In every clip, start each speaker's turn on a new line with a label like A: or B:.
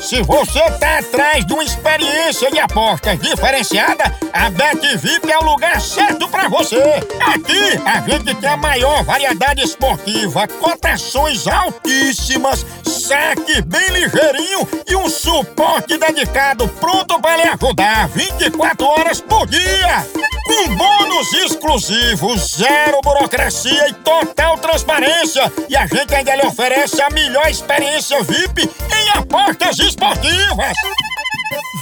A: Se você tá atrás de uma experiência de apostas diferenciada, a BetVip é o lugar certo pra você. Aqui, a gente tem a maior variedade esportiva, cotações altíssimas, saque bem ligeirinho e um suporte dedicado pronto pra lhe ajudar 24 horas por dia. Com bônus exclusivos, zero burocracia e total transparência. E a gente ainda lhe oferece a melhor experiência VIP em apostas esportivas.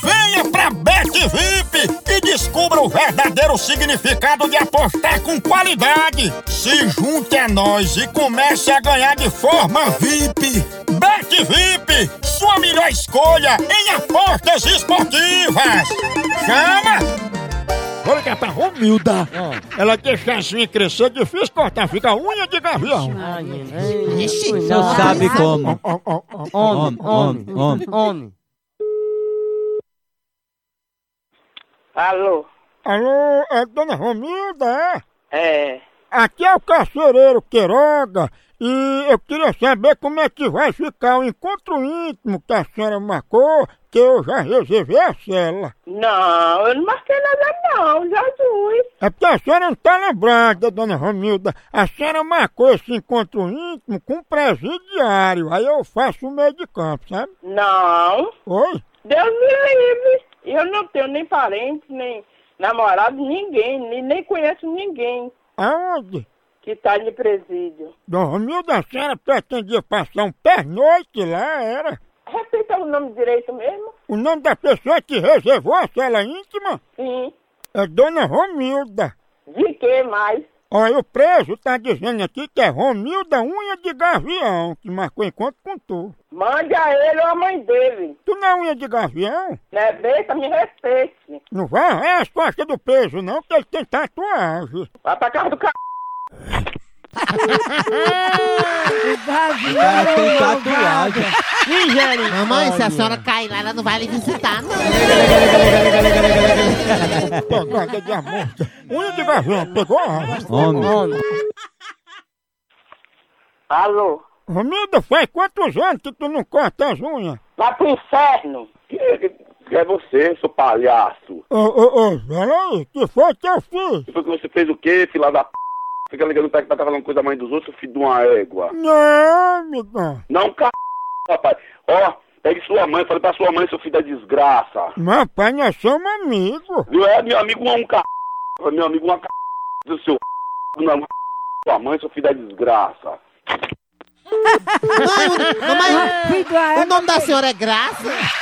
A: Venha pra Bet VIP e descubra o verdadeiro significado de apostar com qualidade. Se junte a nós e comece a ganhar de forma VIP. Bet VIP, sua melhor escolha em apostas esportivas. Chama! Vou ligar pra Romilda. Ela deixa assim crescer, difícil cortar, fica unha de gavião.
B: Não sabe como.
A: Ó, ó, ó.
B: Homem, homem, homem.
C: Alô?
A: Alô, é dona Romilda, é?
C: É.
A: Aqui é o carcereiro Queiroga e eu queria saber como é que vai ficar o encontro íntimo que a senhora marcou, que eu já reservei a cela.
C: Não, eu não marquei nada não, Jesus.
A: É porque a senhora não tá lembrada, dona Romilda. A senhora marcou esse encontro íntimo com um presidiário. Aí eu faço o meio de campo, sabe?
C: Não,
A: Oi?
C: Deus me livre. Eu não tenho nem parente, nem namorado, ninguém, nem, nem conheço ninguém
A: Aonde?
C: que tá de presídio.
A: Dona Romilda, a senhora pretendia passar um pernoite lá, era?
C: Repita o nome direito mesmo?
A: O nome da pessoa que reservou a cela íntima
C: Sim.
A: é Dona Romilda.
C: De que mais?
A: Olha, o preso tá dizendo aqui que é Romilda Unha de Gavião, que marcou encontro com tu.
C: Mande a ele ou a mãe dele.
A: Tu não é unha de gavião?
C: Né, besta, me respeite.
A: Não vai arranhar as costas do preso não, que ele tem tatuagem.
C: Vai pra casa do c...
B: O cara tem tatuagem.
D: Mamãe, se a senhora cair lá, ela não vai lhe visitar, não.
A: Pegada de amor. Unha de gavião, pegou?
B: Homem.
C: Alô?
A: Romilda, faz quantos anos que tu não corta as unhas?
C: Vai pro inferno.
E: Que é, que é você, seu palhaço?
A: Ô, ô, ô, peraí, que foi que eu fiz?
E: Foi que Você fez o quê, filha da p? Fica ligando pra pra tá falando coisa da mãe dos outros, filho de uma égua.
A: Não, amigão.
E: Não, c... rapaz. Ó, pegue sua mãe, fale pra sua mãe, seu filho da desgraça.
A: Meu pai, nós somos amigos.
E: Viu? É, meu amigo é um c... Meu amigo é uma c... Do seu c... na Sua mãe, seu filho da desgraça.
B: Ah,
D: Mamãe, o, mamãe, o nome da senhora é Graça?